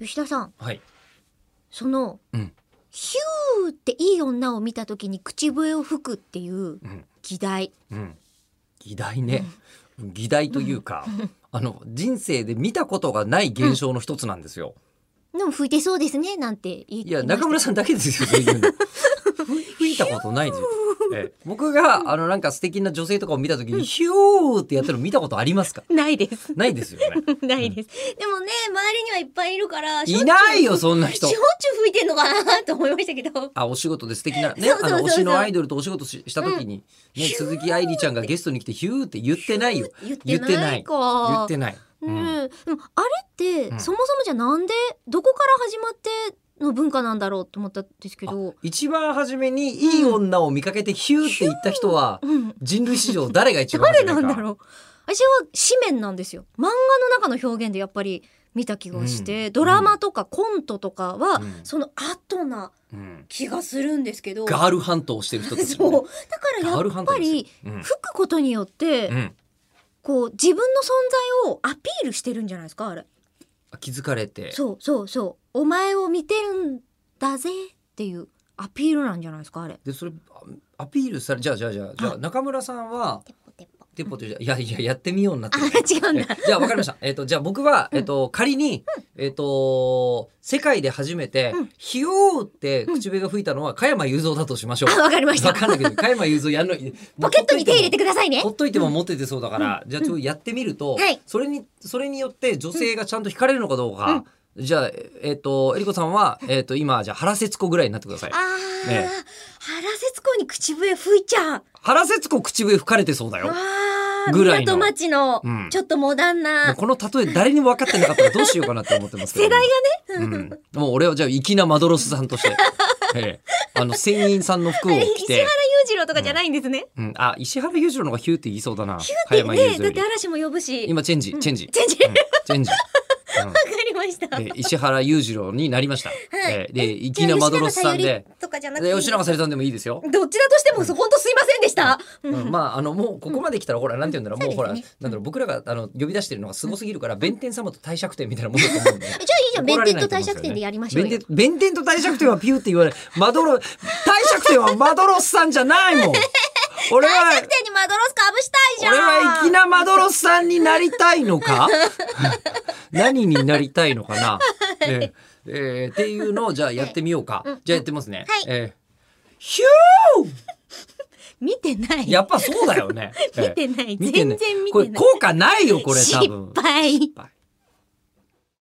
吉田さんはい。その、うんヒューっていい女を見た時に口笛を吹くっていううん。議題うん。議題ね。議題というか、あの人生で見たことがない現象の一つなんですよ。でも吹いてそうですねなんて言っていや中村ささんだけですよ。そういうの吹いたことないで すよ。ええ僕があのなんか素敵な女性とかを見た時にヒューってやってるの見たことありますか？んないです ないですよね。ないです、でもね周りにはいっぱいいるからいないよそんなしょ人っちゅうし。ょっちゅう吹いてんのかなと思いましたけどあお仕事で素敵なねそうそうそうそあうの推しのアイドルとお仕事しした時に、ねヒュー鈴木愛理ちゃんがゲストに来てヒューって言ってないよ。言っ言てってなないい。か言ってない。ううんんでもあれって、うんそもそもじゃあなんでどこから始まっての文化なんだろうと思ったんですけど、一番初めにいい女を見かけてヒューって言った人はうん、人類史上誰が一番 誰初めなかんだろう私は紙面なんですよ漫画の中の表現でやっぱり見た気がして、うんドラマとかコントとかは、うんその後なうん気がするんですけどガール半島をして る人たちそもうね、だからガールやハっンタぱーでりすようん吹くことによって、うんこう自分の存在をアピールしてるんじゃないですかあれ気づかれてそうそうそうお前を見てるんだぜっていうアピールなんじゃないですかあれでそれあアピールされじゃあじゃあじゃあじゃあ中村さんはテポテポテポテポいやいややってみようになってある違うんだえじゃあわかりました。えっ、とじゃあ僕はうんえっ、と仮に、えっ、と世界で初めて、うんひよーって口笛が吹いたのは加山雄三だとしましょあう。わかりましわたかんないけど加山雄三やんのポケットに手入れてくださいねほっといても持っててそうだから、じゃあちょっとやってみると、はいそれにそれによって女性がちゃんと惹かれるのかどうか、じゃあえっ、とえりこさんはえっ、と今じゃあ原節子ぐらいになってください。あー、ね原節子に口笛吹いちゃう原節子口笛吹かれてそうだよ。あーぐらい港の町のうんちょっとモダンもな、うこの例え誰にも分かってなかったらどうしようかなって思ってますけ ど。世代がね、うんもう俺はじゃあ粋なマドロスさん として、ええ、あの船員さんの服を石着原裕て、次郎とかじゃないんですね、うん、あ石原裕次郎の方がヒューって言いそうだなで早間裕ね次だ郎ってよ嵐も呼ぶしり今チェンジチェンジ、全然うんチェンジ、うんわかりました、 え石原裕次郎になりました、えで粋じゃなあマドロスさん吉永小で百合とかじゃなくていでい吉永小百合さんでもいいですよ、どっちだとしてもそこんとすいませんでした、うんうん、まああのもうここまで来たらほらなんて言うんだろうう、んもうほら、そうですねなんだろう僕らがあの呼び出してるのがすごすぎるから弁天様と帝釈天みたいなもんだと思うん でじゃあいいじゃん怒られ弁な天いと帝思うんすよね釈天でやりましょうよ弁天弁天と帝釈天はピューって言われまどろ帝釈天はまどろスさんじゃな いもん俺大は逆転にマドロスかぶしたいじゃん俺は粋なまどろスさんになりたい のか何になりたいのかな、ええええっていうのをじゃあやってみようか、じゃあやってみますね、はいええヒュー見てないやっぱそうだよね 見てない見て全然見てないこれ効果ないよこれ多分失敗失敗